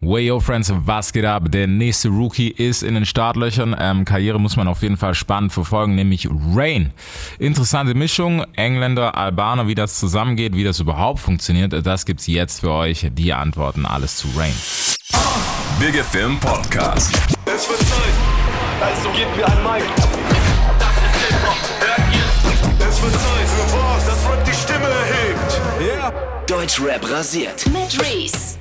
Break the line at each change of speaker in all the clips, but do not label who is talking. Way yo Friends, was geht ab? Der nächste Rookie ist in den Startlöchern. Ähm, Karriere muss man auf jeden Fall spannend verfolgen, nämlich Rain. Interessante Mischung, Engländer, Albaner, wie das zusammengeht, wie das überhaupt funktioniert, das gibt's jetzt für euch. Die Antworten alles zu Rain.
Big FM Podcast.
Es wird Zeit. Also gebt mir ein Mic. Es wird Zeit für was, das Rap die Stimme erhebt.
Deutschrap rasiert.
Mit Reese.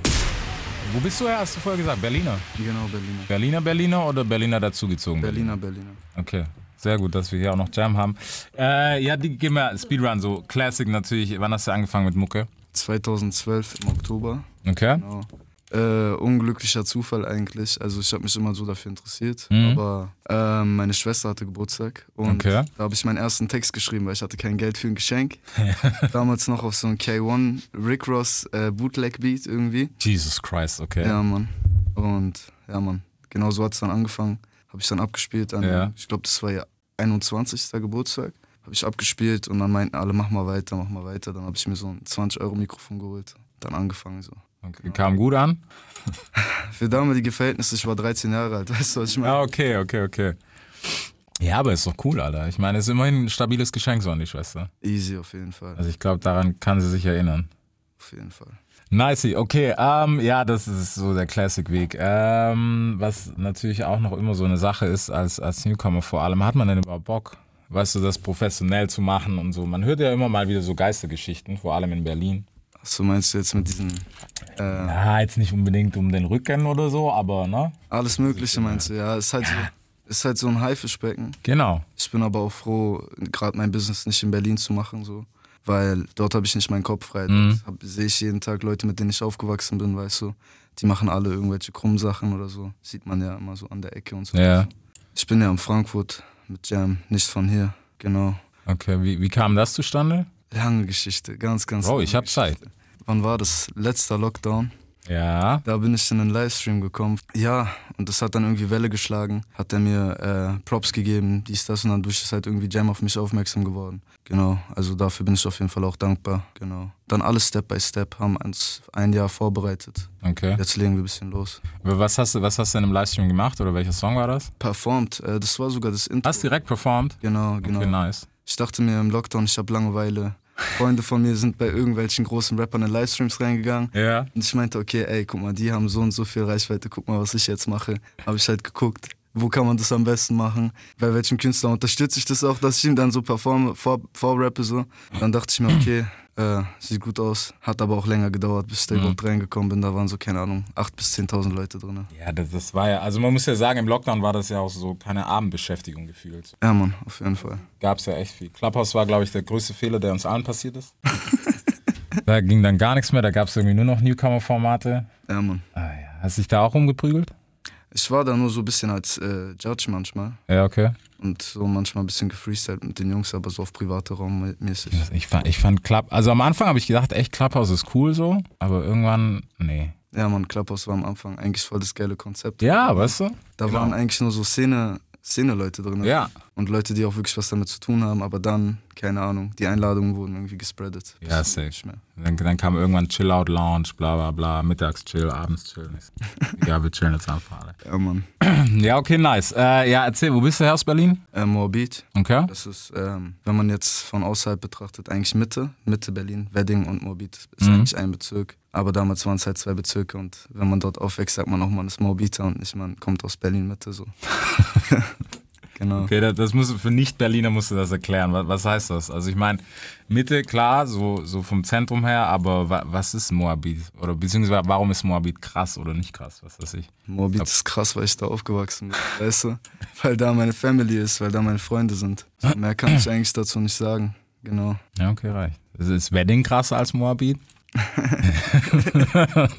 Wo bist du her? Hast du vorher gesagt? Berliner.
Genau, Berliner.
Berliner, Berliner oder Berliner dazugezogen?
Berliner, Berliner.
Okay. Sehr gut, dass wir hier auch noch Jam haben. Äh, ja, die gehen wir Speedrun, so Classic natürlich. Wann hast du angefangen mit Mucke?
2012 im Oktober.
Okay.
Genau. Äh, unglücklicher Zufall eigentlich. Also ich habe mich immer so dafür interessiert. Aber ähm, meine Schwester hatte Geburtstag und
Okay.
da habe ich meinen ersten Text geschrieben, weil ich hatte kein Geld für ein Geschenk. Damals noch auf so ein K1 Rick Ross äh, Bootleg Beat irgendwie.
Jesus Christ, okay.
Ja, Mann. Und ja, Mann. Genau so hat es dann angefangen. Habe ich dann abgespielt. An,
Ja.
Ich glaube, das war ihr 21. Geburtstag. Habe ich abgespielt und dann meinten alle, mach mal weiter, mach mal weiter. Dann habe ich mir so ein 20-Euro-Mikrofon geholt. Dann angefangen so.
Okay, Kam gut an?
Für damalige Verhältnisse, ich war 13 Jahre alt, weißt du, was ich meine?
Ah, okay, okay, okay. Ja, aber ist doch cool, Alter. Ich meine, es ist immerhin ein stabiles Geschenk so an die Schwester.
Easy auf jeden Fall.
Also ich glaube, daran kann sie sich erinnern.
Auf jeden Fall.
Nicey, okay. Ähm, ja, das ist so der Classic-Weg. Ähm, was natürlich auch noch immer so eine Sache ist, als, als Newcomer vor allem, hat man denn überhaupt Bock, weißt du, das professionell zu machen und so? Man hört ja immer mal wieder so Geistergeschichten, vor allem in Berlin.
Achso, meinst du jetzt mit diesen. Äh,
Ah, jetzt nicht unbedingt um den Rücken oder so, aber ne?
alles Mögliche meinst du? Ja, ist halt, so, ist halt so ein Haifischbecken.
Genau.
Ich bin aber auch froh, gerade mein Business nicht in Berlin zu machen, so. Weil dort habe ich nicht meinen Kopf frei.
Mhm.
Dort sehe ich jeden Tag Leute, mit denen ich aufgewachsen bin, weißt du. Die machen alle irgendwelche krummen Sachen oder so. Sieht man ja immer so an der Ecke und so.
Ja.
Ich bin ja in Frankfurt mit Jam, nicht von hier. Genau.
Okay, wie, wie kam das zustande?
Lange Geschichte, ganz, ganz
Bro,
lange
ich hab
Geschichte.
Zeit.
Wann war das? Letzter Lockdown.
Ja.
Da bin ich in einen Livestream gekommen. Ja, und das hat dann irgendwie Welle geschlagen. Hat er mir äh, Props gegeben, dies, das und dann durch das halt irgendwie Jam auf mich aufmerksam geworden. Genau, also dafür bin ich auf jeden Fall auch dankbar. Genau. Dann alles Step by Step, haben uns ein Jahr vorbereitet.
Okay.
Jetzt legen wir ein bisschen los.
Aber Was hast, du, was hast du denn im Livestream gemacht oder welcher Song war das?
Performt, äh, das war sogar das Intro.
Hast direkt performt?
Genau, genau.
Okay, nice.
Ich dachte mir im Lockdown, ich habe Langeweile. Freunde von mir sind bei irgendwelchen großen Rappern in Livestreams reingegangen.
Ja.
Und ich meinte, okay, ey, guck mal, die haben so und so viel Reichweite, guck mal, was ich jetzt mache. Habe ich halt geguckt, wo kann man das am besten machen? Bei welchem Künstler unterstütze ich das auch, dass ich ihm dann so performe, vor, vorrappe so. Dann dachte ich mir, okay, äh, sieht gut aus. Hat aber auch länger gedauert, bis ich da überhaupt reingekommen bin. Da waren so, keine Ahnung, 8.000 bis 10.000 Leute drin.
Ja, das, das war ja, also man muss ja sagen, im Lockdown war das ja auch so keine Abendbeschäftigung gefühlt.
Ja, Mann, auf jeden Fall.
Gab's ja echt viel. Clubhouse war, glaube ich, der größte Fehler, der uns allen passiert ist. da ging dann gar nichts mehr, da gab's irgendwie nur noch Newcomer-Formate.
Ja, Mann.
Ah, ja. Hast du dich da auch rumgeprügelt?
Ich war da nur so ein bisschen als äh, Judge manchmal
Ja, okay.
und so manchmal ein bisschen gefreestylt mit den Jungs, aber so auf private Raum mäßig.
Ich fand, ich fand Club, also am Anfang habe ich gedacht, echt Clubhouse ist cool so, aber irgendwann, nee.
Ja, Mann, Clubhouse war am Anfang eigentlich voll das geile Konzept.
Ja, weißt du?
Da
Genau.
waren eigentlich nur so Szene, Szene-Leute drin.
Ja.
Und Leute, die auch wirklich was damit zu tun haben, aber dann, keine Ahnung, die Einladungen wurden irgendwie gespreadet.
Ja,
Bis
safe.
nicht mehr.
Dann, dann kam irgendwann Chill-Out Lounge, bla bla bla, Mittagschill, Abendschill. ja, wir chillen jetzt einfach alle.
Ja, Mann.
Ja, okay, nice. Äh, ja, erzähl, wo bist du her aus Berlin?
Äh, Moabit,
Okay.
das ist, ähm, wenn man jetzt von außerhalb betrachtet, eigentlich Mitte, Mitte Berlin, Wedding und Moabit ist
Mhm.
eigentlich ein Bezirk. Aber damals waren es halt zwei Bezirke und wenn man dort aufwächst, sagt man auch, man ist Moabiter und nicht, man kommt aus Berlin-Mitte so. genau.
Okay, das, das musst du, für Nicht-Berliner musst du das erklären. Was, was heißt das? Also ich meine, Mitte, klar, so, so vom Zentrum her, aber wa, was ist Moabit? Oder beziehungsweise warum ist Moabit krass oder nicht krass? Was weiß ich.
Moabit ist krass, weil ich da aufgewachsen bin, weißt du? Weil da meine Family ist, weil da meine Freunde sind. So, mehr kann ich eigentlich dazu nicht sagen. Genau.
Ja, okay, reicht. Ist, ist Wedding krasser als Moabit?
Das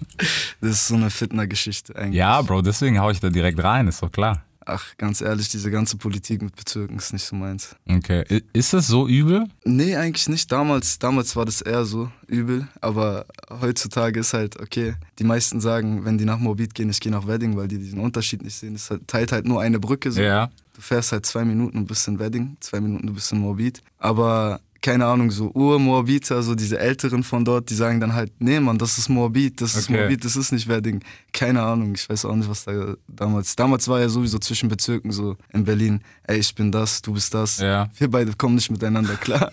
ist so eine Fitner-Geschichte eigentlich.
Ja, Bro, deswegen hau ich da direkt rein, ist doch klar.
Ach, ganz ehrlich, diese ganze Politik mit Bezirken ist nicht so meins.
Okay, I- ist das so übel?
Nee, eigentlich nicht. Damals, damals war das eher so übel. Aber heutzutage ist halt, okay, die meisten sagen, wenn die nach Moabit gehen, ich gehe nach Wedding, weil die diesen Unterschied nicht sehen. Es halt- teilt halt nur eine Brücke so.
Ja.
Du fährst halt zwei Minuten und bist in Wedding, zwei Minuten du bist in Morbid. Aber keine Ahnung, so Ur-Moabiter, so diese Älteren von dort, die sagen dann halt, nee, Mann, das ist Moabit, das ist
Okay.
Moabit, das ist nicht Wedding. Keine Ahnung, ich weiß auch nicht, was da damals, damals war ja sowieso zwischen Bezirken so in Berlin, ey, ich bin das, du bist das.
Ja.
Wir beide kommen nicht miteinander klar.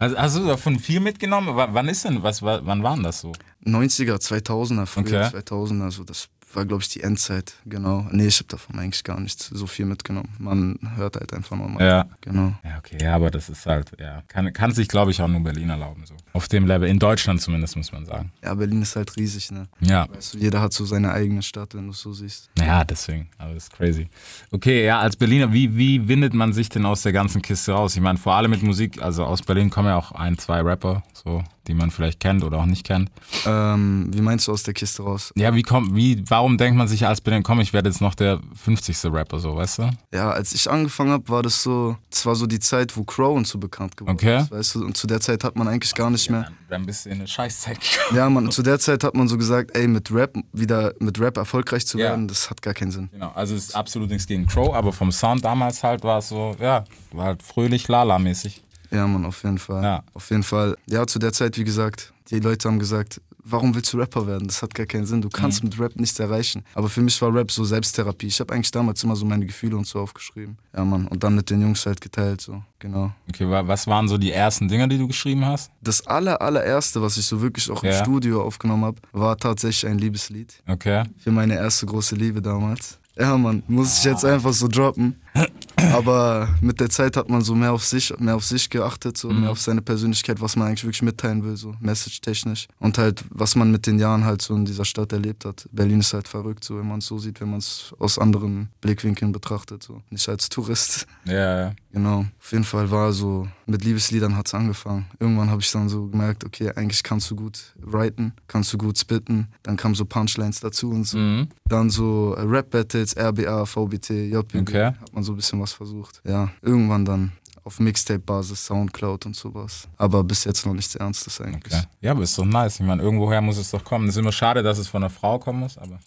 Also hast du davon viel mitgenommen? W wann ist denn, was, wa- wann waren das so?
90er, 2000er, früher
Okay.
2000er, so das war, glaube ich, die Endzeit, genau. Nee, ich habe davon eigentlich gar nicht so viel mitgenommen. Man hört halt einfach mal.
Ja.
Genau.
Ja, okay, ja, aber das ist halt, ja. Kann, kann sich, glaube ich, auch nur Berlin erlauben, so. Auf dem Level, in Deutschland zumindest, muss man sagen.
Ja, Berlin ist halt riesig, ne?
Ja.
Weißt du, jeder hat so seine eigene Stadt, wenn du es so siehst.
Ja, deswegen. Aber das ist crazy. Okay, ja, als Berliner, wie, wie windet man sich denn aus der ganzen Kiste raus? Ich meine, vor allem mit Musik, also aus Berlin kommen ja auch ein, zwei Rapper, so, die man vielleicht kennt oder auch nicht kennt.
Ähm, wie meinst du aus der Kiste raus?
Ja, wie kommt, wie, warum denkt man sich als Berlin, komm, ich werde jetzt noch der 50. Rapper, so, weißt du?
Ja, als ich angefangen habe, war das so, es war so die Zeit, wo Crow und so bekannt geworden
Okay.
ist, weißt du, und zu der Zeit hat man eigentlich gar nicht mehr,
Dann bist du in eine Scheißzeit
ja man, zu der Zeit hat man so gesagt, ey, mit Rap, wieder mit Rap erfolgreich zu
Ja.
werden, das hat gar keinen Sinn.
Genau, also es ist absolut nichts gegen Crow, aber vom Sound damals halt war es so, ja, war halt fröhlich lala-mäßig.
Ja, Mann, auf jeden Fall.
Ja.
Auf jeden Fall. Ja, zu der Zeit, wie gesagt, die Leute haben gesagt, warum willst du Rapper werden? Das hat gar keinen Sinn. Du kannst
Mhm.
mit Rap nichts erreichen. Aber für mich war Rap so Selbsttherapie. Ich habe eigentlich damals immer so meine Gefühle und so aufgeschrieben. Ja, Mann. Und dann mit den Jungs halt geteilt, so. Genau.
Okay, wa- was waren so die ersten Dinger, die du geschrieben hast?
Das aller, allererste, was ich so wirklich auch im
Ja.
Studio aufgenommen habe, war tatsächlich ein Liebeslied.
Okay.
Für meine erste große Liebe damals. Ja, Mann. Muss ich jetzt einfach so droppen. Aber mit der Zeit hat man so mehr auf sich, mehr auf sich geachtet, so mehr auf seine Persönlichkeit, was man eigentlich wirklich mitteilen will, so message-technisch. Und halt, was man mit den Jahren halt so in dieser Stadt erlebt hat. Berlin ist halt verrückt, so wenn man es so sieht, wenn man es aus anderen Blickwinkeln betrachtet, so nicht als Tourist.
Ja, ja.
Genau. Auf jeden Fall war so, mit Liebesliedern hat es angefangen. Irgendwann habe ich dann so gemerkt, okay, eigentlich kannst du gut writen, kannst du gut spitten. Dann kamen so Punchlines dazu und so. Dann so äh, Rap-Battles, RBA, VBT, JPG.
Okay.
Hat man so ein bisschen was versucht. Ja, irgendwann dann auf Mixtape-Basis, Soundcloud und sowas. Aber bis jetzt noch nichts Ernstes eigentlich.
Ja. ja, aber ist doch nice. Ich meine, irgendwoher muss es doch kommen. Es ist immer schade, dass es von einer Frau kommen muss, aber.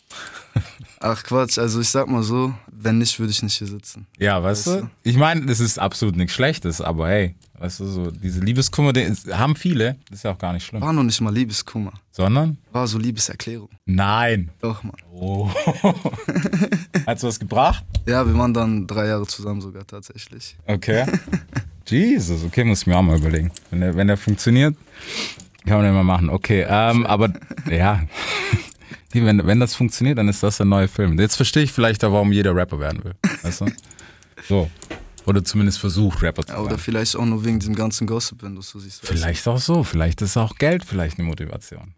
Ach Quatsch, also ich sag mal so, wenn nicht, würde ich nicht hier sitzen.
Ja, weißt du? Ich meine, es ist absolut nichts Schlechtes, aber hey, weißt du, so diese Liebeskummer, die ist- haben viele, das ist ja auch gar nicht schlimm.
War noch nicht mal Liebeskummer.
Sondern?
War so Liebeserklärung.
Nein.
Doch, Mann.
Oh. Hat's was gebracht?
Ja, wir waren dann drei Jahre zusammen sogar tatsächlich.
Okay. Jesus, okay, muss ich mir auch mal überlegen. Wenn der, wenn der funktioniert, kann man den mal machen. Okay, ähm, aber ja. Die, Wenn, wenn das funktioniert, dann ist das der neue Film. Jetzt verstehe ich vielleicht auch, warum jeder Rapper werden will. Weißt du? So. Oder zumindest versucht, Rapper zu
Ja, oder
werden.
vielleicht auch nur wegen diesem ganzen Gossip, wenn du es so siehst. weißt du?
Vielleicht auch so. Vielleicht ist auch Geld vielleicht eine Motivation.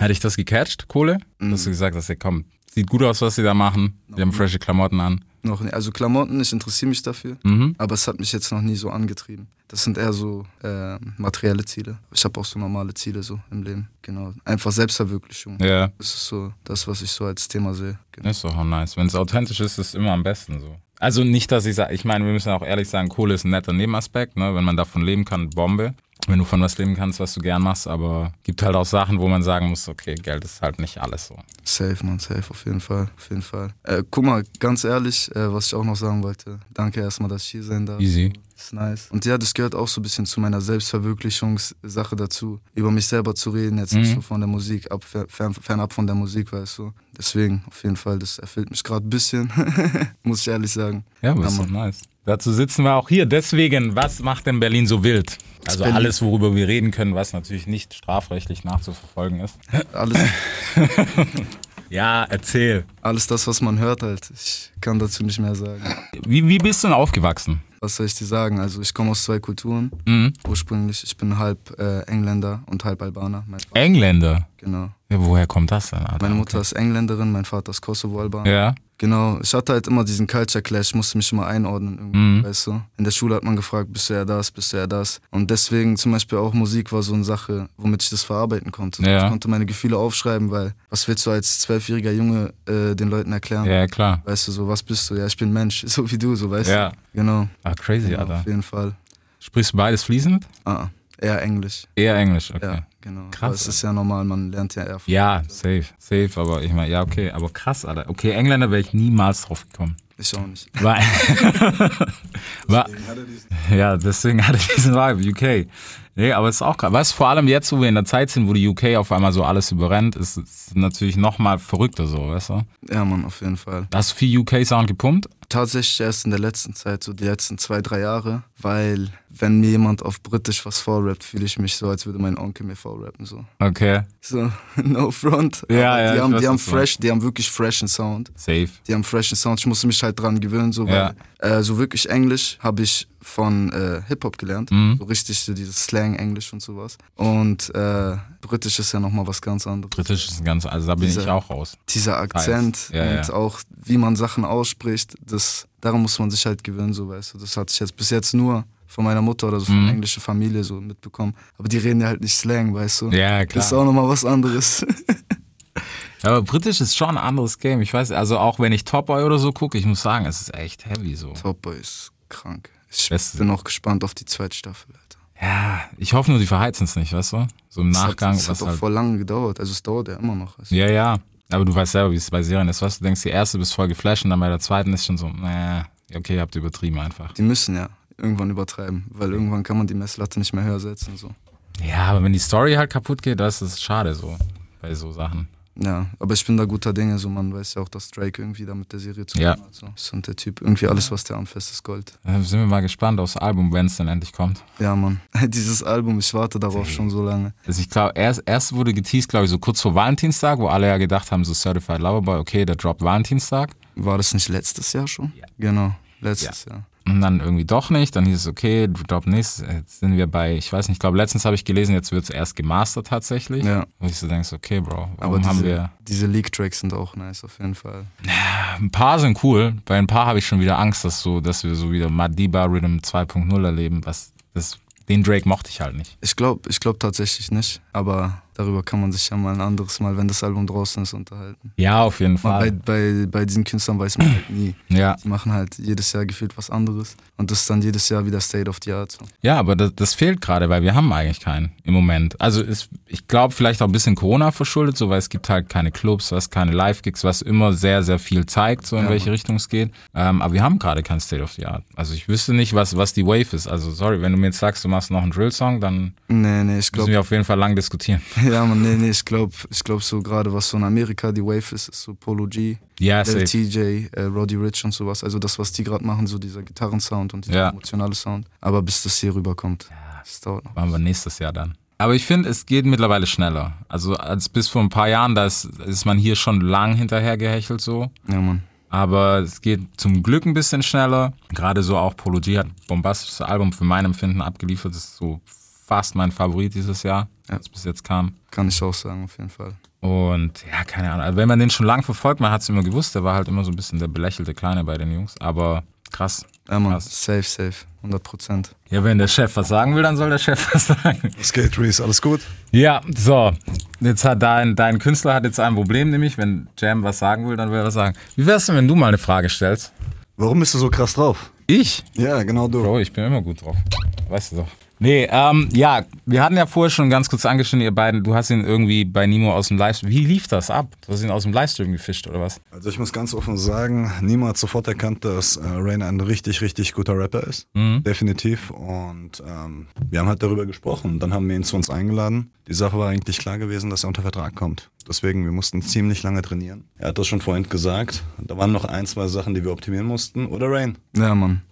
Hatte ich das gecatcht, Kohle? Hast du gesagt, dass er kommt. Sieht gut aus, was sie da machen. Die haben frische Klamotten an.
Noch nicht. Also Klamotten, ich interessiere mich dafür,
Mhm.
aber es hat mich jetzt noch nie so angetrieben. Das sind eher so äh, materielle Ziele. Ich habe auch so normale Ziele so im Leben. Genau. Einfach Selbstverwirklichung.
Ja.
Das ist so das, was ich so als Thema sehe. Genau.
Ist doch auch nice. Wenn es authentisch ist, ist es immer am besten so. Also nicht, dass ich sage, ich meine, wir müssen auch ehrlich sagen, Kohle ist ein netter Nebenaspekt, ne? Wenn man davon leben kann, Bombe. Wenn du von was leben kannst, was du gern machst, aber gibt halt auch Sachen, wo man sagen muss, okay, Geld ist halt nicht alles so.
Safe, man, safe, auf jeden Fall. Auf jeden Fall. Äh, guck mal, ganz ehrlich, äh, was ich auch noch sagen wollte. Danke erstmal, dass ich hier sein darf.
Easy.
Ist nice. Und ja, das gehört auch so ein bisschen zu meiner Selbstverwirklichungssache dazu, über mich selber zu reden, jetzt nicht so von der Musik, ab, fern, fernab von der Musik, weißt du. Deswegen, auf jeden Fall, das erfüllt mich gerade ein bisschen, muss ich ehrlich sagen.
Ja, aber ist doch
Mann.
nice. Dazu sitzen wir auch hier. Deswegen, was macht denn Berlin so wild? Also
Berlin-
alles, worüber wir reden können, was natürlich nicht strafrechtlich nachzuverfolgen ist.
Alles,
Ja, erzähl.
alles das, was man hört halt, ich kann dazu nicht mehr sagen.
Wie, wie bist du denn aufgewachsen?
Was soll ich dir sagen? Also ich komme aus zwei Kulturen. Ursprünglich, ich bin halb äh, Engländer und halb Albaner. Mein Vater,
Engländer.
genau.
Ja, woher kommt das denn, Alter?
Meine Mutter ist Engländerin, mein Vater ist Kosovo-Albaner.
Ja.
Genau, ich hatte halt immer diesen Culture Clash, musste mich immer einordnen, irgendwie,
Mhm.
weißt du. In der Schule hat man gefragt, bist du ja das, bist du ja das. Und deswegen zum Beispiel auch Musik war so eine Sache, womit ich das verarbeiten konnte.
Ja.
Ich konnte meine Gefühle aufschreiben, weil was willst du als zwölfjähriger Junge äh, den Leuten erklären?
Ja, klar.
Weißt du, so was bist du? Ja, ich bin Mensch, so wie du, so weißt
Ja.
du. Genau,
Ah, crazy, Alter.
auf jeden Fall.
Sprichst du beides fließend?
Ah, eher Englisch.
Eher Englisch, okay.
Ja,
Ja.
genau.
Krass,
Aber es ist ja normal, man lernt ja eher von.
safe, safe, aber ich meine, ja, okay, aber krass, Alter. Okay, Engländer wäre ich niemals drauf gekommen.
Ich auch nicht.
Weil, Wa- ja, deswegen hatte ich diesen Vibe, UK. Nee, aber es ist auch krass. Was vor allem jetzt, wo wir in der Zeit sind, wo die UK auf einmal so alles überrennt, ist es natürlich nochmal verrückter so, weißt du?
Ja, Mann, auf jeden Fall.
Hast du viel UK-Sound gepumpt?
Tatsächlich erst in der letzten Zeit, so die letzten zwei, drei Jahre, weil wenn mir jemand auf Britisch was vorrappt, fühle ich mich so, als würde mein Onkel mir vorrappen. So,
Okay,
so no front.
Ja,
Aber
ja,
die
ich
haben,
weiß,
die haben
was du meinst.
fresh, die haben wirklich freshen Sound.
safe.
Die haben freshen Sound. Ich musste mich halt dran gewöhnen, so, weil äh, so wirklich Englisch habe ich von äh, Hip-Hop gelernt.
Mhm.
So richtig so dieses Slang-Englisch und sowas. Und äh, Britisch ist ja nochmal was ganz anderes.
Britisch ist ein ganz, also da bin
Diese-
ich auch raus.
Dieser Akzent
Ja,
und
ja.
auch wie man Sachen ausspricht, das, daran muss man sich halt gewöhnen, so weißt du. Das hatte ich jetzt bis jetzt nur von meiner Mutter oder so von
Mhm.
englischer Familie so mitbekommen. Aber die reden ja halt nicht Slang, weißt du.
Ja,
Das ist
klar.
auch nochmal was anderes.
Aber Britisch ist schon ein anderes Game. Ich weiß, also auch wenn ich Top Boy oder so gucke, ich muss sagen, es ist echt heavy so.
Top Boy ist krank. Ich
Beste.
bin auch gespannt auf die zweite Staffel, Alter.
Ja, ich hoffe nur, die verheizen es nicht, weißt du? So im Nachgang,
Das hat, das
was
hat auch
halt.
vor lange gedauert. Also es dauert ja immer noch. Also,
Ja, ja. Aber du weißt selber, wie es bei Serien ist. Was du denkst, die erste bist voll geflasht und dann bei der zweiten ist schon so, naja, okay, ihr habt übertrieben einfach.
Die müssen ja irgendwann übertreiben, weil irgendwann kann man die Messlatte nicht mehr höher setzen. So.
Ja, aber wenn die Story halt kaputt geht, das ist schade so. Bei so Sachen.
Ja, aber ich bin da guter Dinge. So, man weiß ja auch, dass Drake irgendwie da mit der Serie zu tun
Ja.
hat. So. Ist Und der Typ, irgendwie alles, was der anfasst, ist Gold.
Äh, sind wir mal gespannt aufs Album, wenn es dann endlich kommt.
Ja, Mann. Dieses Album, ich warte darauf schon so lange.
Also ich glaube, erst, erst wurde geteased, glaube ich, so kurz vor Valentinstag, wo alle ja gedacht haben, so Certified Loverboy, okay, der droppt Valentinstag.
War das nicht letztes Jahr schon? Ja. Genau, letztes Jahr.
Und dann irgendwie doch nicht. Dann hieß es, okay, drop nächstes. Jetzt sind wir bei, ich weiß nicht, ich glaube, letztens habe ich gelesen, jetzt wird es erst gemastert tatsächlich.
Ja.
Wo ich so denkst, okay, Bro,
Aber
warum haben
diese,
wir.
diese Leak-Tracks sind auch nice, auf jeden Fall.
Ein paar sind cool, bei ein paar habe ich schon wieder Angst, dass, so, dass wir so wieder Madiba Rhythm 2.0 erleben. Was, das, den Drake mochte ich halt nicht.
Ich glaube ich glaub tatsächlich nicht, aber darüber kann man sich ja mal ein anderes Mal, wenn das Album draußen ist, unterhalten.
Ja, auf jeden
Man, bei,
Fall.
bei, bei diesen Künstlern weiß man halt nie.
Ja.
Die machen halt jedes Jahr gefühlt was anderes und das ist dann jedes Jahr wieder State of the Art. So.
ja, aber das, das fehlt gerade, weil wir haben eigentlich keinen im Moment. Also ist, ich glaube, vielleicht auch ein bisschen Corona verschuldet, so, weil es gibt halt keine Clubs, was keine Live-Gigs, was immer sehr, sehr viel zeigt, so in welche Richtung es geht. Ähm, aber wir haben gerade kein State of the Art. Also ich wüsste nicht, was, was die Wave ist. Also sorry, wenn du mir jetzt sagst, du machst noch einen Drill-Song, dann
Nee, nee, ich
müssen
glaube,
wir auf jeden Fall lang diskutieren.
ja, man, nee, nee, ich glaube, ich glaub so gerade, was so in Amerika die Wave ist, ist so Polo G,
Ja,
Lil
safe.
TJ, äh, Roddy Rich und sowas. Also das, was die gerade machen, so dieser Gitarrensound und dieser
Ja.
emotionale Sound. Aber bis das hier rüberkommt, das dauert noch.
Machen wir nächstes Jahr dann. Aber ich finde, es geht mittlerweile schneller. Also als bis vor ein paar Jahren, da ist, ist man hier schon lang hinterher gehechelt so.
Ja, Mann.
Aber es geht zum Glück ein bisschen schneller. Gerade so auch Polo G hat ein bombastisches Album für mein Empfinden abgeliefert. Das ist so fast mein Favorit dieses Jahr, was bis jetzt kam.
Kann ich auch sagen, auf jeden Fall.
Und ja, keine Ahnung. Also wenn man den schon lang verfolgt, man hat es immer gewusst, der war halt immer so ein bisschen der belächelte Kleine bei den Jungs. Aber krass.
Ja, Mann,
Krass.
safe, safe, 100 Prozent.
Ja, wenn der Chef was sagen will, dann soll der Chef was sagen.
Was geht, Reese? Alles gut?
Ja, so. Jetzt hat dein, dein Künstler hat jetzt ein Problem, nämlich wenn Jam was sagen will, dann will er was sagen. Wie wär's denn, wenn du mal eine Frage stellst?
Warum bist du so krass drauf?
Ich?
Ja, genau du.
Bro, ich bin immer gut drauf. Weißt du doch. Nee, ähm, ja, wir hatten ja vorher schon ganz kurz angeschnitten, ihr beiden, du hast ihn irgendwie bei Nimo aus dem Livestream. Wie lief das ab? Du hast ihn aus dem Livestream gefischt, oder was?
Also ich muss ganz offen sagen, niemand hat sofort erkannt, dass äh, Rain ein richtig, richtig guter Rapper ist. Definitiv. Und ähm, wir haben halt darüber gesprochen. Dann haben wir ihn zu uns eingeladen. Die Sache war eigentlich klar gewesen, dass er unter Vertrag kommt. Deswegen, wir mussten ziemlich lange trainieren. Er hat das schon vorhin gesagt. Da waren noch ein, zwei Sachen, die wir optimieren mussten. Oder Rain?
Ja, Mann.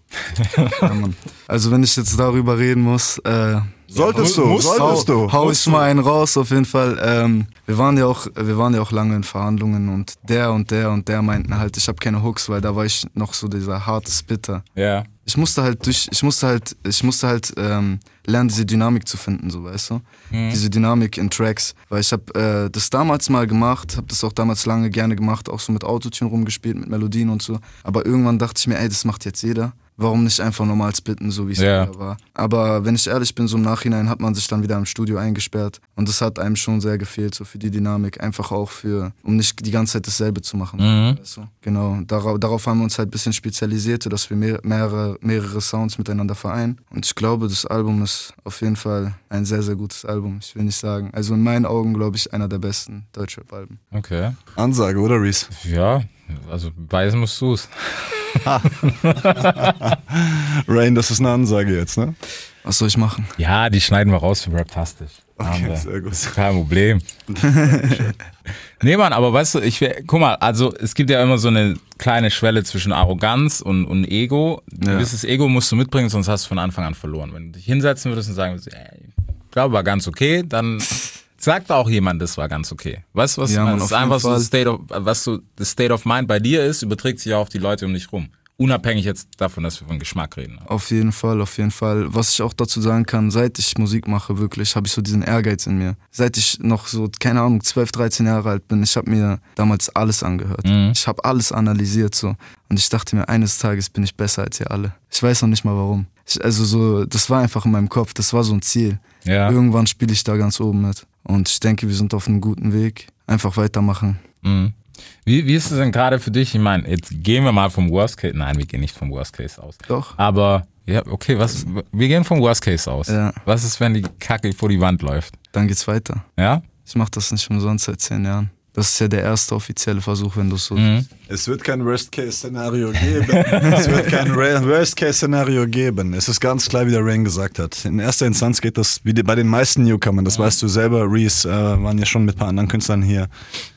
ja, Mann. Also wenn ich jetzt darüber reden muss, äh,
Solltest du,
Muss-
solltest
hau,
du.
Hau
Musst
ich mal einen raus, auf jeden Fall. Ähm, wir, waren ja auch, wir waren ja auch lange in Verhandlungen und der und der und der meinten halt, ich habe keine Hooks, weil da war ich noch so dieser harte Spitter.
Ja.
Ich musste halt durch, ich musste halt, ich musste halt ähm, lernen, diese Dynamik zu finden, so weißt du? Diese Dynamik in Tracks. Weil ich habe äh, das damals mal gemacht, habe das auch damals lange gerne gemacht, auch so mit Autotune rumgespielt, mit Melodien und so. Aber irgendwann dachte ich mir, ey, das macht jetzt jeder. Warum nicht einfach normal splitten, so wie es
Ja.
früher war? Aber wenn ich ehrlich bin, so im Nachhinein hat man sich dann wieder im Studio eingesperrt und das hat einem schon sehr gefehlt, so für die Dynamik, einfach auch für, um nicht die ganze Zeit dasselbe zu machen. Weißt du? Genau, darauf, darauf haben wir uns halt ein bisschen spezialisiert, sodass wir mehr, mehrere, mehrere Sounds miteinander vereinen. Und ich glaube, das Album ist auf jeden Fall ein sehr, sehr gutes Album. Ich will nicht sagen, also in meinen Augen, glaube ich, einer der besten Deutschrap-Alben.
Okay.
Ansage, oder Reese?
Ja, also weisen musst du's.
Rain, das ist eine Ansage jetzt, ne?
Was soll ich machen?
Ja, die schneiden wir raus für Raptastisch.
Okay, sehr gut.
ist kein Problem. nee, Mann, aber weißt du, ich wär- guck mal, also es gibt ja immer so eine kleine Schwelle zwischen Arroganz und, und Ego. Ein gewisses Ego musst du mitbringen, sonst hast du von Anfang an verloren. Wenn du dich hinsetzen würdest und sagen würdest, ey, ich glaube, war ganz okay, dann sagt auch jemand, das war ganz okay. Weißt du, was
Ja,
ich meine?
Mann,
Das
auf
ist einfach
jeden
so das State
Fall.
of, was so das State of Mind bei dir ist, überträgt sich auch auf die Leute um dich rum. Unabhängig jetzt davon, dass wir von Geschmack reden.
Auf jeden Fall, auf jeden Fall. Was ich auch dazu sagen kann, seit ich Musik mache, wirklich, habe ich so diesen Ehrgeiz in mir. Seit ich noch so, keine Ahnung, 12, 13 Jahre alt bin, ich habe mir damals alles angehört. Ich habe alles analysiert so. Und ich dachte mir, eines Tages bin ich besser als ihr alle. Ich weiß noch nicht mal warum. Ich, also so, das war einfach in meinem Kopf, das war so ein Ziel.
Ja.
Irgendwann spiele ich da ganz oben mit. Und ich denke, wir sind auf einem guten Weg. Einfach weitermachen.
Wie, wie ist es denn gerade für dich? Ich meine, jetzt gehen wir mal vom Worst Case. Nein, wir gehen nicht vom Worst Case aus.
Doch.
Aber, ja, okay, was, wir gehen vom Worst Case aus.
Ja.
Was ist, wenn die Kacke vor die Wand läuft?
Dann geht's weiter.
Ja?
Ich mache das nicht umsonst seit zehn Jahren. Das ist ja der erste offizielle Versuch, wenn du es so siehst.
Es wird kein Worst-Case-Szenario geben. es wird kein Ra- Worst-Case-Szenario geben. Es ist ganz klar, wie der Rain gesagt hat. In erster Instanz geht das, wie die- bei den meisten Newcomern, das weißt du selber, Reese, äh, waren ja schon mit ein paar anderen Künstlern hier.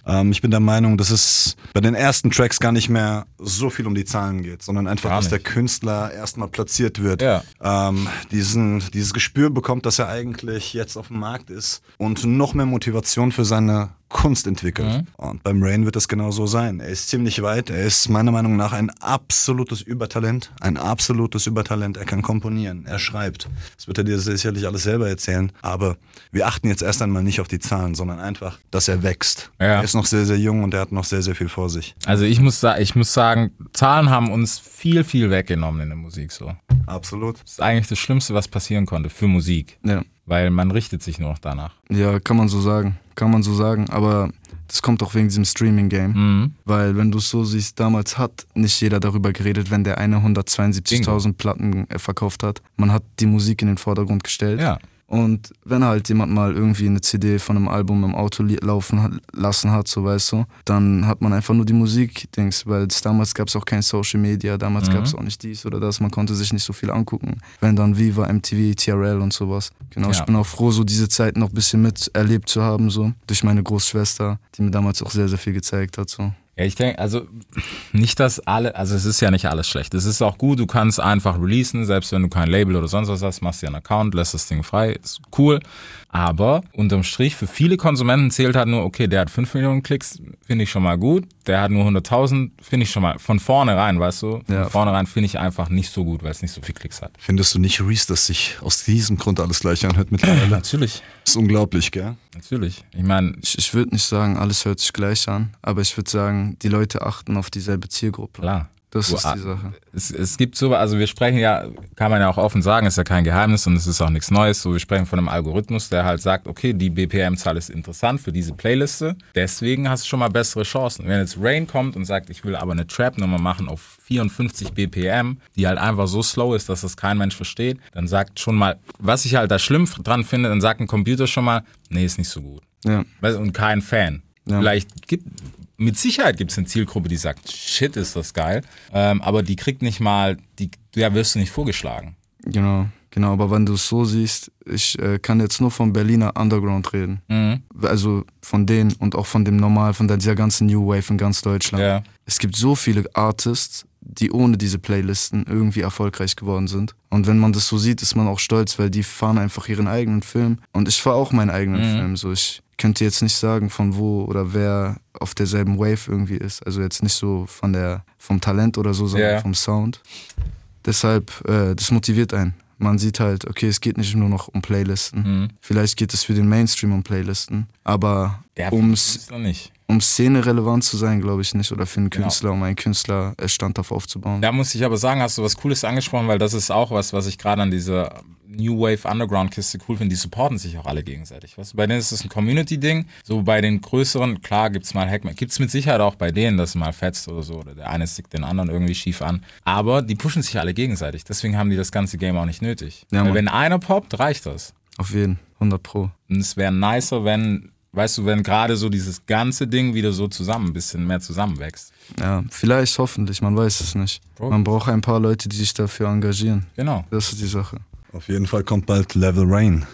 Ähm, ich bin der Meinung, dass es bei den ersten Tracks gar nicht mehr so viel um die Zahlen geht, sondern einfach,
Gar
dass der
nicht.
Künstler erstmal platziert wird.
Ja.
Ähm, diesen, dieses Gespür bekommt, dass er eigentlich jetzt auf dem Markt ist und noch mehr Motivation für seine Kunst entwickelt. Und beim Rain wird das genau so sein. Er ist ziemlich weit. Er ist meiner Meinung nach ein absolutes Übertalent. Ein absolutes Übertalent. Er kann komponieren. Er schreibt. Das wird er dir sicherlich alles selber erzählen. Aber wir achten jetzt erst einmal nicht auf die Zahlen, sondern einfach, dass er wächst.
Ja.
Er ist noch sehr, sehr jung und er hat noch sehr, sehr viel vor sich.
Also ich muss, sa- ich muss sagen, Zahlen haben uns viel, viel weggenommen in der Musik so.
Absolut.
Das ist eigentlich das Schlimmste, was passieren konnte für Musik.
Ja.
Weil man richtet sich nur noch danach.
Ja, kann man so sagen. Kann man so sagen. Aber das kommt auch wegen diesem Streaming-Game. Weil, wenn du es so siehst, damals hat nicht jeder darüber geredet, wenn der eine 172.000 Platten äh, verkauft hat. Man hat die Musik in den Vordergrund gestellt.
Ja.
Und wenn halt jemand mal irgendwie eine CD von einem Album im Auto li- laufen hat, lassen hat, so weißt du, dann hat man einfach nur die Musik, Dings, weil es- damals gab es auch kein Social Media, damals
Mhm.
gab es auch nicht dies oder das, man konnte sich nicht so viel angucken. Wenn dann Viva, MTV, TRL und sowas. Genau, ich
Ja.
bin auch froh, so diese Zeit noch ein bisschen miterlebt zu haben, so durch meine Großschwester, die mir damals auch sehr, sehr viel gezeigt hat, so.
Ja, ich denke, also nicht, dass alle, also es ist ja nicht alles schlecht. Es ist auch gut, du kannst einfach releasen, selbst wenn du kein Label oder sonst was hast, machst dir einen Account, lässt das Ding frei, ist cool. Aber unterm Strich, für viele Konsumenten zählt halt nur, okay, der hat 5 Millionen Klicks, finde ich schon mal gut. Der hat nur 100.000, finde ich schon mal, von vornherein, weißt du? Von
Ja.
vornherein finde ich einfach nicht so gut, weil es nicht so viel Klicks hat.
Findest du nicht, Reese, dass sich aus diesem Grund alles gleich anhört mittlerweile?
Natürlich,
Das ist unglaublich, gell?
natürlich. Ich meine,
Ich, ich würde nicht sagen, alles hört sich gleich an, aber ich würde sagen, die Leute achten auf dieselbe Zielgruppe.
klar.
Das
Du
ist
a-
die Sache.
es, es gibt so, also wir sprechen ja, kann man ja auch offen sagen, ist ja kein Geheimnis und es ist auch nichts Neues. So, wir sprechen von einem Algorithmus, der halt sagt, okay, die BPM-Zahl ist interessant für diese Playliste, deswegen hast du schon mal bessere Chancen. Wenn jetzt Rain kommt und sagt, ich will aber eine Trap-Nummer machen auf 54 BPM, die halt einfach so slow ist, dass das kein Mensch versteht, dann sagt schon mal, was ich halt da schlimm dran finde, dann sagt ein Computer schon mal, nee, ist nicht so gut.
Ja.
Weißt du, und kein Fan. Vielleicht gibt, mit Sicherheit gibt es eine Zielgruppe, die sagt, shit, ist das geil. Ähm, aber die kriegt nicht mal, die, ja, wirst du nicht vorgeschlagen.
Genau, genau. Aber wenn du es so siehst, ich äh, kann jetzt nur vom Berliner Underground reden.
Mhm.
Also von denen und auch von dem Normal, von der- dieser ganzen New Wave in ganz Deutschland.
Ja.
Es gibt so viele Artists, die ohne diese Playlisten irgendwie erfolgreich geworden sind. Und wenn man das so sieht, ist man auch stolz, weil die fahren einfach ihren eigenen Film. Und ich fahre auch meinen eigenen Film. So, ich könnte jetzt nicht sagen, von wo oder wer auf derselben Wave irgendwie ist. Also jetzt nicht so von der, vom Talent oder so, sondern
Ja.
vom Sound. Deshalb, äh, das motiviert einen. Man sieht halt, okay, es geht nicht nur noch um Playlisten. Vielleicht geht es für den Mainstream um Playlisten. Aber
Der
ums,
ist noch nicht.
um Szene relevant zu sein, glaube ich nicht. Oder für einen
Genau.
Künstler, um einen Künstler äh, standhaft aufzubauen.
Da muss ich aber sagen, hast du was Cooles angesprochen, weil das ist auch was, was ich gerade an dieser New Wave Underground Kiste cool finde. Die supporten sich auch alle gegenseitig. Weißt du, bei denen ist es ein Community-Ding. So bei den größeren, klar, gibt's mal Hackman. gibt's mit Sicherheit auch bei denen, dass mal fetzt oder so. Oder der eine stickt den anderen irgendwie schief an. Aber die pushen sich alle gegenseitig. Deswegen haben die das ganze Game auch nicht nötig.
Ja,
weil
Mann.
wenn einer poppt, reicht das.
Auf jeden, 100 Pro.
Und es wäre nicer, wenn Weißt du, wenn gerade so dieses ganze Ding wieder so zusammen, ein bisschen mehr zusammenwächst.
Ja, vielleicht, hoffentlich, man weiß es nicht. Man braucht ein paar Leute, die sich dafür engagieren.
Genau.
Das ist die Sache.
Auf jeden Fall kommt bald Level Rain.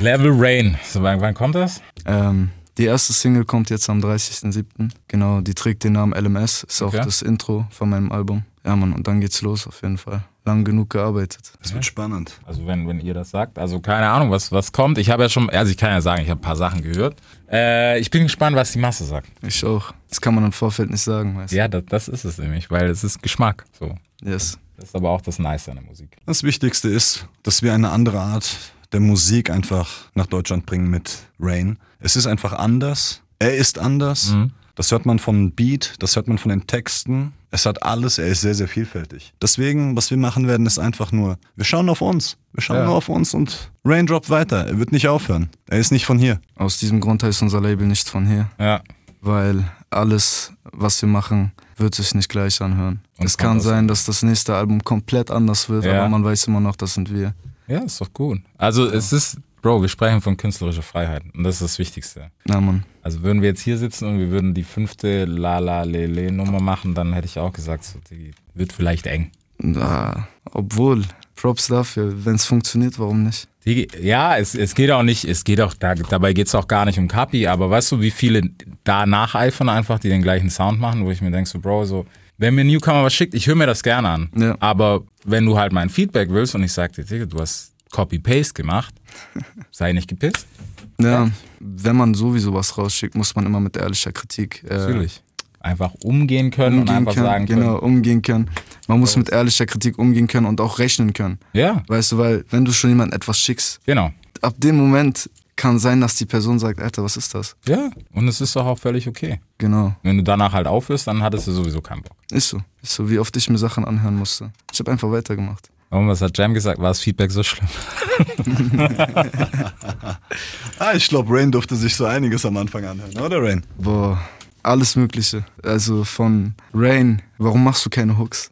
Level Rain. So, wann, wann kommt das?
Ähm, die erste Single kommt jetzt am 30.07. Genau, die trägt den Namen LMS. Ist
Okay.
auch das Intro von meinem Album. Ja, Mann, und dann geht's los auf jeden Fall. Lang genug gearbeitet.
Das wird spannend.
Also wenn, wenn ihr das sagt. Also keine Ahnung, was, was kommt. Ich habe ja schon, also ich kann ja sagen, ich habe ein paar Sachen gehört. Äh, ich bin gespannt, was die Masse sagt.
Ich auch. Das kann man im Vorfeld nicht sagen, weißt du?
Ja, das, das ist es nämlich, weil es ist Geschmack. So.
Yes.
Das ist aber auch das Nice an der Musik.
Das Wichtigste ist, dass wir eine andere Art der Musik einfach nach Deutschland bringen mit Rain. Es ist einfach anders. Er ist anders. Das hört man vom Beat, das hört man von den Texten. Es hat alles, er ist sehr, sehr vielfältig. Deswegen, was wir machen werden, ist einfach nur, wir schauen auf uns. Wir schauen
Ja.
nur auf uns und Raindrop weiter. Er wird nicht aufhören. Er ist nicht von hier.
Aus diesem Grund heißt unser Label nicht von hier,
Ja.
weil alles, was wir machen, wird sich nicht gleich anhören.
Und
es kann
anders.
sein, dass das nächste Album komplett anders wird,
Ja.
aber man weiß immer noch, das sind wir.
Ja, ist doch gut. Also es ist, Bro, wir sprechen von künstlerischer Freiheit. Und das ist das Wichtigste.
Na Mann,
Also würden wir jetzt hier sitzen und wir würden die fünfte La La Lele Nummer machen, dann hätte ich auch gesagt, so, die wird vielleicht eng.
Na, ah, obwohl, Props dafür, wenn es funktioniert, warum nicht?
Die, ja, es, es geht auch nicht, es geht auch, da, dabei geht's auch gar nicht um Kapi, aber weißt du, wie viele da nacheifern einfach, die den gleichen Sound machen, wo ich mir denk so, Bro, so, wenn mir ein Newcomer was schickt, ich höre mir das gerne an.
Ja.
Aber wenn du halt mein Feedback willst und ich sag dir, Digga, du hast Copy-Paste gemacht, sei nicht gepisst.
Ja, wenn man sowieso was rausschickt, muss man immer mit ehrlicher Kritik äh,
Natürlich. Einfach umgehen können und
umgehen
einfach
können.
sagen
Genau,
können.
umgehen können. Man muss mit ehrlicher Kritik umgehen können und auch rechnen können.
Ja,
Weißt du, weil wenn du schon jemandem etwas schickst,
genau.
ab dem Moment kann sein, dass die Person sagt, Alter, was ist das?
Ja, und es ist doch auch völlig okay.
Genau.
Wenn du danach halt aufhörst, dann hattest du sowieso keinen Bock.
Ist so. Ist so, wie oft ich mir Sachen anhören musste. Ich habe einfach weitergemacht.
Und was hat Jam gesagt? War das Feedback so schlimm?
Ah, ich glaube, Rain durfte sich so einiges am Anfang anhören, oder Rain?
Boah, alles Mögliche. Also von Rain, warum machst du keine Hooks?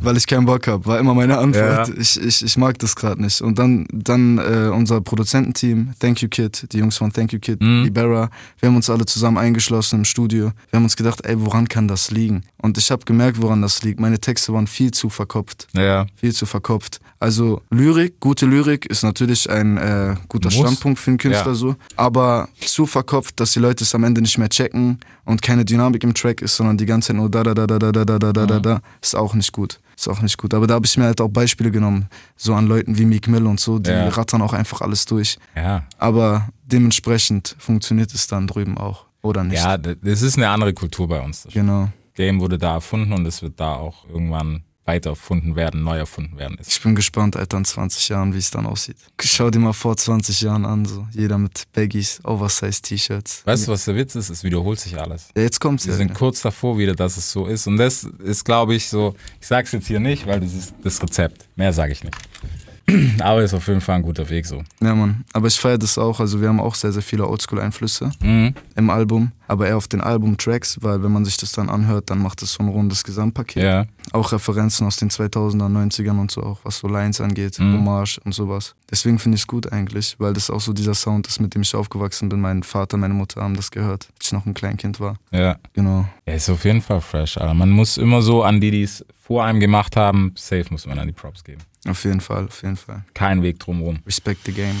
Weil ich keinen Bock habe, war immer meine Antwort.
Ja.
Ich, ich, ich mag das gerade nicht. Und dann, dann äh, unser Produzententeam, Thank You Kid, die Jungs von Thank You Kid, Ibera, wir haben uns alle zusammen eingeschlossen im Studio. Wir haben uns gedacht, ey, woran kann das liegen? Und ich habe gemerkt, woran das liegt. Meine Texte waren viel zu verkopft.
Ja.
viel zu verkopft. Also Lyrik, gute Lyrik ist natürlich ein äh, guter
Muss.
Standpunkt für einen Künstler
Ja.
so, aber zu verkopft, dass die Leute es am Ende nicht mehr checken und keine Dynamik im Track ist, sondern die ganze Zeit nur da da da da da da da da da
Mhm.
da da ist auch nicht gut. Ist auch nicht gut. Aber da habe ich mir halt auch Beispiele genommen, so an Leuten wie Meek Mill und so, die
Ja.
rattern auch einfach alles durch.
Ja,
Aber dementsprechend funktioniert es dann drüben auch oder nicht?
Ja, d- das ist eine andere Kultur bei uns. Das
Genau.
Game wurde da erfunden und es wird da auch irgendwann weiter erfunden werden, neu erfunden werden. Ist
Ich bin gespannt, Alter, in 20 Jahren, wie es dann aussieht. Schau dir mal vor 20 Jahren an, so. Jeder mit Baggies, Oversize-T-Shirts.
weißt du, was der Witz ist? Es wiederholt sich alles.
Ja, jetzt kommt's.
Wir
ja.
sind kurz davor wieder, dass es so ist. Und das ist, glaube ich, so, ich sag's jetzt hier nicht, weil das ist das Rezept. Mehr sage ich nicht. Aber ist auf jeden Fall ein guter Weg so.
Ja, Mann. Aber ich feiere das auch. Also, wir haben auch sehr, sehr viele Oldschool-Einflüsse
Mhm.
im Album. Aber eher auf den Album-Tracks, weil, wenn man sich das dann anhört, dann macht es so ein rundes Gesamtpaket.
Ja.
Auch Referenzen aus den 2000ern, 90ern und so auch, was so Lines angeht,
Mhm.
Hommage und sowas. Deswegen finde ich es gut eigentlich, weil das auch so dieser Sound ist, mit dem ich aufgewachsen bin. Mein Vater, meine Mutter haben das gehört, als ich noch ein Kleinkind war.
Ja.
Genau.
Ja, ist auf jeden Fall fresh, Alter. Man muss immer so an die, die es vor einem gemacht haben, safe muss man an die Props geben.
Auf jeden Fall, auf jeden Fall.
Kein Weg drumrum.
Respect the game.